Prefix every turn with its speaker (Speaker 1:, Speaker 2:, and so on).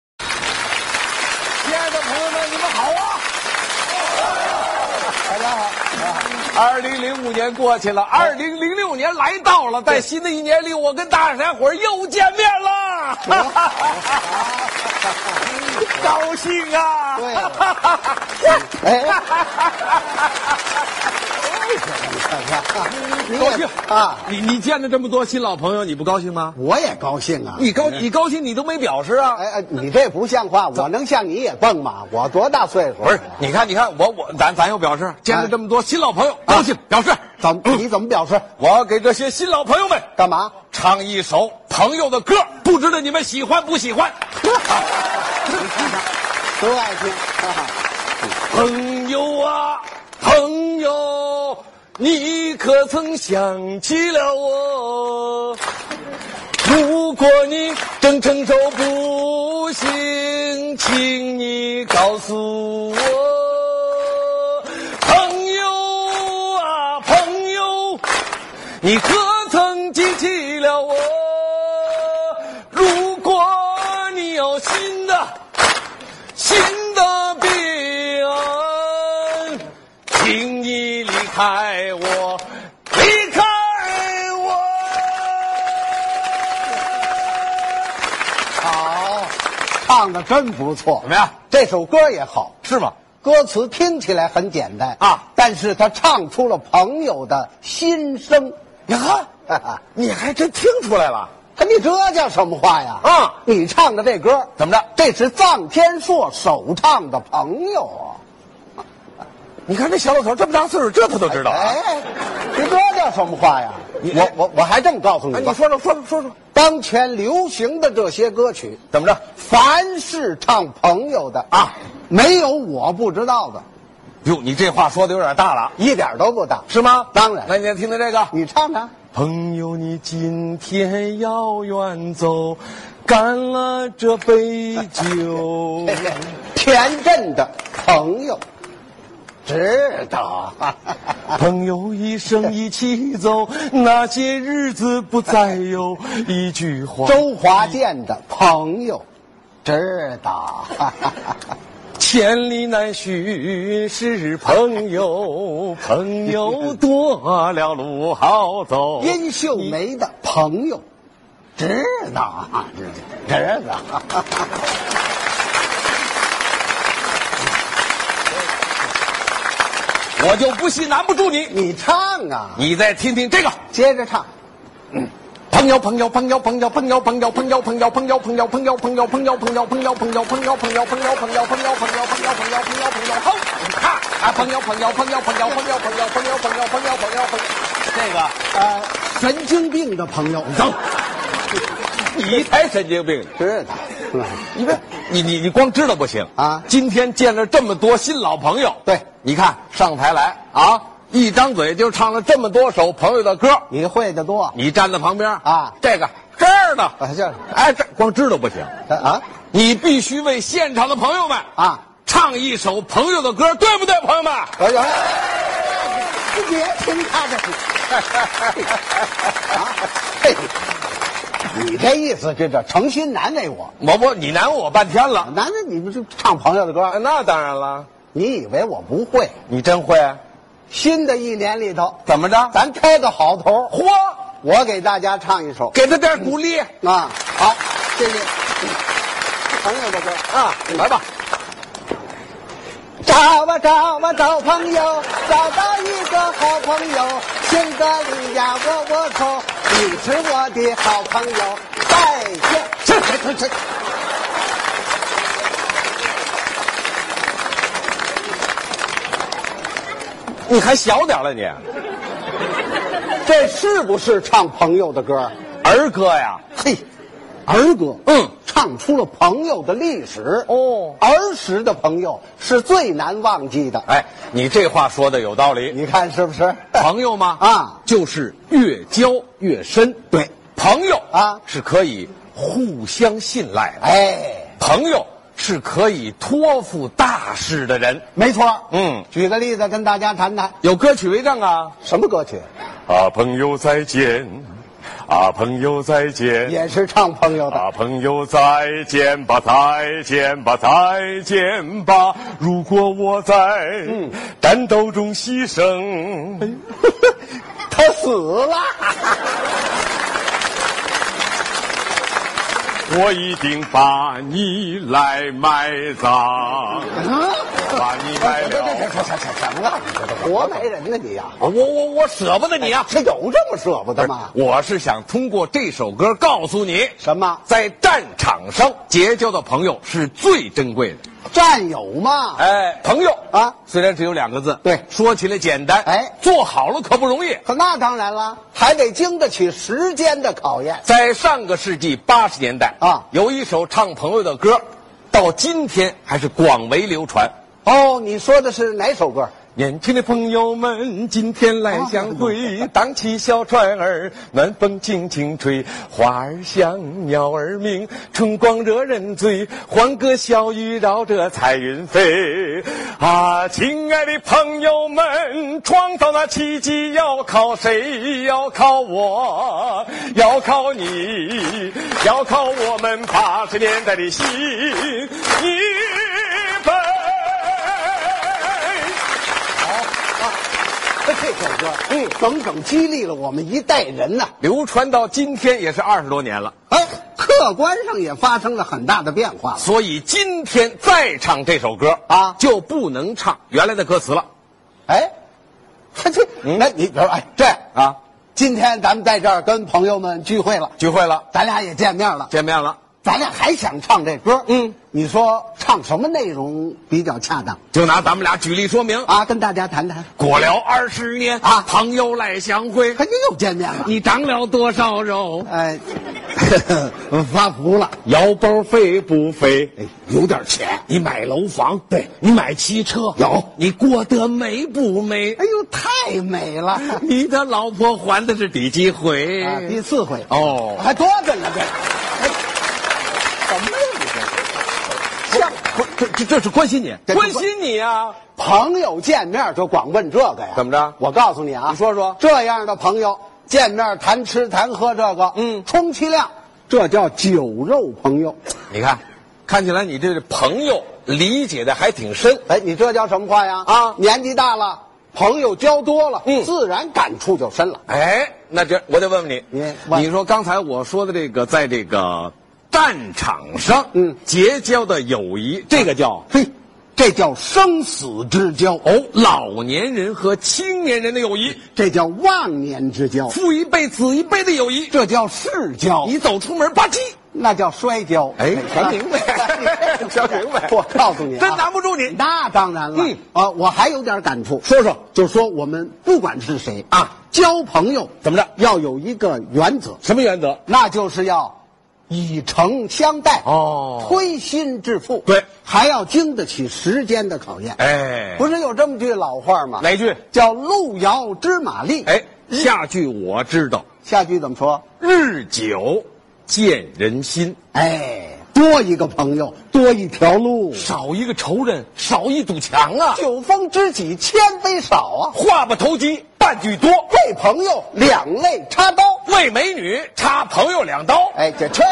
Speaker 1: 啊好。哎二零零五年过去了，二零零六年来到了，在新的一年里，我跟大家伙儿又见面了，高兴啊！
Speaker 2: 对
Speaker 1: 哎
Speaker 2: 哎，你
Speaker 1: 高兴
Speaker 2: 啊！
Speaker 1: 你你见了这么多新老朋友，你不高兴吗？
Speaker 2: 我也高兴啊！
Speaker 1: 你高你高兴，你都没表示啊？
Speaker 2: 哎哎，你这不像话！我能像你也蹦吗？我多大岁数？啊
Speaker 1: 不是，你看，你看，我我咱咱又表示见了这么多新老朋友，
Speaker 2: 哎
Speaker 1: 高兴表示。
Speaker 2: 怎么？你怎么表示？
Speaker 1: 啊我要给这些新老朋友们
Speaker 2: 干嘛？
Speaker 1: 唱一首朋友的歌，不知道你们喜欢不喜欢？
Speaker 2: 都爱听。啊
Speaker 1: 朋友啊，朋友，你可曾想起了我？如果你真承受不行，请你告诉我，朋友啊，朋友，你可曾记起了我？如果你有新的新的病，请你离开我，离开我。
Speaker 2: 好，唱的真不错。
Speaker 1: 怎么样？
Speaker 2: 这首歌也好，
Speaker 1: 是吗？
Speaker 2: 歌词听起来很简单
Speaker 1: 啊，
Speaker 2: 但是他唱出了朋友的心声。
Speaker 1: 你看，
Speaker 2: 哈哈，
Speaker 1: 你还真听出来了。
Speaker 2: 你这叫什么话呀？
Speaker 1: 啊
Speaker 2: 你唱的这歌
Speaker 1: 怎么着？
Speaker 2: 这是臧天朔首唱的朋友啊。
Speaker 1: 你看这小老头这么大岁数，这他都知道啊。
Speaker 2: 哎，你这叫什么话呀？
Speaker 1: 你
Speaker 2: 我我我还这么告诉你
Speaker 1: 哎，
Speaker 2: 吧，
Speaker 1: 你说说，说说说说，
Speaker 2: 当前流行的这些歌曲，
Speaker 1: 怎么着？
Speaker 2: 凡是唱朋友的
Speaker 1: 啊，
Speaker 2: 没有我不知道的，
Speaker 1: 哟，你这话说的有点大了，
Speaker 2: 一点都不大。
Speaker 1: 是吗？
Speaker 2: 当然
Speaker 1: 那你先听听这个。
Speaker 2: 你唱唱，
Speaker 1: 朋友，你今天要远走，干了这杯
Speaker 2: 嗯
Speaker 1: 酒。
Speaker 2: 哎田震的朋友，知道。啊
Speaker 1: 朋友一生一起走，那些日子不再有。一句话，
Speaker 2: 周华健的朋友，知道。啊
Speaker 1: 千里难寻是朋友，朋友多了路好走。
Speaker 2: 殷秀梅的朋友，知道，知道。
Speaker 1: 我就不信难不住你。
Speaker 2: 你唱啊，
Speaker 1: 你再听听这个。
Speaker 2: 接着唱。
Speaker 1: 朋友，朋友，朋友，朋友，朋友，朋友，朋友，朋友，朋友，朋友，朋友，朋友，朋友，朋友，朋友，朋友，朋友，朋友，朋友，朋友，朋友，朋友，朋友，朋友，朋友，朋友，吼！哈啊，朋友，朋友，朋友，朋友，朋友，朋友，朋友，朋友，朋友，朋友，朋友，这个
Speaker 2: 呃，神经病的朋友，
Speaker 1: 走，你才神经病！
Speaker 2: 知道。
Speaker 1: 你别，你你你光知道不行
Speaker 2: 啊
Speaker 1: 今天见了这么多新老朋友，
Speaker 2: 对
Speaker 1: 你看上台来啊，一张嘴就唱了这么多首朋友的歌，
Speaker 2: 你会的多
Speaker 1: 你站在旁边
Speaker 2: 啊
Speaker 1: 这个这儿呢，
Speaker 2: 啊这儿
Speaker 1: 哎，这光知道不行。
Speaker 2: 啊
Speaker 1: 你必须为现场的朋友们
Speaker 2: 啊！
Speaker 1: 唱一首朋友的歌，对不对，朋友们？
Speaker 2: 我有，别听他的。啊，嘿，你这意思这这诚心难为我，
Speaker 1: 我不，你难为我半天了。
Speaker 2: 难为你不是唱朋友的
Speaker 1: 啊
Speaker 2: 歌？
Speaker 1: 那当然了，
Speaker 2: 你以为我不会？
Speaker 1: 你真会？啊
Speaker 2: 新的一年里头，
Speaker 1: 怎么着？
Speaker 2: 咱开个好头，
Speaker 1: 嚯，
Speaker 2: 我给大家唱一首
Speaker 1: 给他点鼓励
Speaker 2: 啊，好，谢谢朋友的歌。
Speaker 1: 啊！来吧，
Speaker 2: 找啊找啊找朋友，找到一个好朋友，性格里呀窝窝头，你是我的好朋友，再见。
Speaker 1: 这这这这，你还小点了你，
Speaker 2: 这是不是唱朋友的歌？
Speaker 1: 儿歌呀？
Speaker 2: 嘿，儿歌，
Speaker 1: 嗯，
Speaker 2: 唱出了朋友的历史。
Speaker 1: 哦
Speaker 2: 儿时的朋友是最难忘记的，
Speaker 1: 哎，你这话说的有道理。
Speaker 2: 你看是不是？
Speaker 1: 朋友吗？
Speaker 2: 啊
Speaker 1: 就是越交越深。
Speaker 2: 对，
Speaker 1: 朋友
Speaker 2: 啊
Speaker 1: 是可以互相信赖的，
Speaker 2: 哎，
Speaker 1: 朋友是可以托付大事的人。
Speaker 2: 没错。
Speaker 1: 嗯
Speaker 2: 举个例子跟大家谈谈，
Speaker 1: 有歌曲为证啊！
Speaker 2: 什么歌曲？
Speaker 1: 啊，朋友再见，啊，朋友再见，
Speaker 2: 也是唱朋友的。
Speaker 1: 啊，朋友再见吧，再见吧，再见吧。如果我在战斗中牺牲，
Speaker 2: 他死了，
Speaker 1: 我一定把你来埋葬，
Speaker 2: 啊
Speaker 1: 把你埋
Speaker 2: 这这
Speaker 1: 了
Speaker 2: 嗯哎这。这这这什么了？你这都活埋人呢啊你呀、
Speaker 1: 我我我舍不得你啊！
Speaker 2: 这有这么舍不得吗？
Speaker 1: 我是想通过这首歌告诉你，
Speaker 2: 什么
Speaker 1: 在战场上结交的朋友是最珍贵的。
Speaker 2: 战友嘛？
Speaker 1: 哎，朋友
Speaker 2: 啊
Speaker 1: 虽然只有两个字，
Speaker 2: 对
Speaker 1: 说起来简单，
Speaker 2: 哎
Speaker 1: 做好了可不容易。
Speaker 2: 可那当然了，还得经得起时间的考验。
Speaker 1: 在上个世纪八十年代
Speaker 2: 啊
Speaker 1: 有一首唱朋友的歌，到今天还是广为流传。
Speaker 2: 哦，你说的是哪首歌？
Speaker 1: 年轻的朋友们，今天来相会，荡起小船儿，暖风轻轻吹，花儿香，鸟儿鸣，春光惹人醉，欢歌笑语绕着彩云飞。啊，亲爱的朋友们，创造那奇迹要靠谁？要靠我，要靠你，要靠我们八十年代的新一辈。
Speaker 2: 这首歌，嗯，整整激励了我们一代人呐、
Speaker 1: 流传到今天也是二十多年了，
Speaker 2: 哎，客观上也发生了很大的变化了。
Speaker 1: 所以今天再唱这首歌
Speaker 2: 啊
Speaker 1: 就不能唱原来的歌词了
Speaker 2: 哎，他这，那你比如哎，这
Speaker 1: 啊！
Speaker 2: 今天咱们在这儿跟朋友们聚会了，
Speaker 1: 聚会了，
Speaker 2: 咱俩也见面了，
Speaker 1: 见面了，
Speaker 2: 咱俩还想唱这歌，
Speaker 1: 嗯，
Speaker 2: 你说唱什么内容比较恰当
Speaker 1: 就拿咱们俩举例说明。
Speaker 2: 啊？跟大家谈谈。
Speaker 1: 过了二十年
Speaker 2: 啊
Speaker 1: 朋友来相会，
Speaker 2: 看您又见面了，
Speaker 1: 你长了多少肉？
Speaker 2: 哎， 发福了，
Speaker 1: 腰包肥不肥？
Speaker 2: 哎，有点钱。
Speaker 1: 你买楼房，对你买汽车
Speaker 2: 有
Speaker 1: 你过得美不美？
Speaker 2: 哎呦，太美了！啊，
Speaker 1: 你的老婆还的是第几回？
Speaker 2: 第四回
Speaker 1: 哎哦
Speaker 2: 还多着呢，这哎怎么了？你这像
Speaker 1: 不这这这是关心你，
Speaker 2: 这
Speaker 1: 关心你啊！
Speaker 2: 朋友见面就光问这个呀？
Speaker 1: 怎么着
Speaker 2: 我告诉你啊，
Speaker 1: 你说说
Speaker 2: 这样的朋友见面谈吃谈喝这个，
Speaker 1: 嗯
Speaker 2: 充其量这叫酒肉朋友。
Speaker 1: 你看，看起来你这朋友理解的还挺深。
Speaker 2: 哎，你这叫什么话呀？
Speaker 1: 啊
Speaker 2: 年纪大了，朋友交多了，
Speaker 1: 嗯
Speaker 2: 自然感触就深了。
Speaker 1: 哎，那这我得问问你，
Speaker 2: 你问
Speaker 1: 你说刚才我说的这个，在这个战场上，
Speaker 2: 嗯
Speaker 1: 结交的友谊，这个叫
Speaker 2: 嘿，这叫生死之交，
Speaker 1: 哦，老年人和青年人的友谊，
Speaker 2: 这叫忘年之交，
Speaker 1: 父一辈子一辈的友谊。
Speaker 2: 这叫世交，
Speaker 1: 你走出门吧唧，
Speaker 2: 那叫摔跤。
Speaker 1: 哎全
Speaker 2: 全
Speaker 1: 明白 全明白
Speaker 2: 我告诉你、啊，
Speaker 1: 真拦不住你
Speaker 2: 那当然了，
Speaker 1: 嗯
Speaker 2: 啊，我还有点感触。
Speaker 1: 说说
Speaker 2: 就说我们不管是谁
Speaker 1: 啊，
Speaker 2: 交朋友
Speaker 1: 怎么着
Speaker 2: 要有一个原则，
Speaker 1: 什么原则？
Speaker 2: 那就是要以诚相待，
Speaker 1: 哦
Speaker 2: 推心置腹，
Speaker 1: 对
Speaker 2: 还要经得起时间的考验。
Speaker 1: 哎，
Speaker 2: 不是有这么句老话吗？
Speaker 1: 哪句？
Speaker 2: 叫“路遥知马力”。，
Speaker 1: 哎，下句我知道，
Speaker 2: 下句怎么说？
Speaker 1: 日久见人心，
Speaker 2: 哎，多一个朋友，多一条路。
Speaker 1: 少一个仇人，少一堵墙啊。
Speaker 2: 酒逢知己千杯少啊，
Speaker 1: 话不投机半句多，
Speaker 2: 为朋友两肋插刀。
Speaker 1: 为美女插朋友两刀。
Speaker 2: 哎，这这，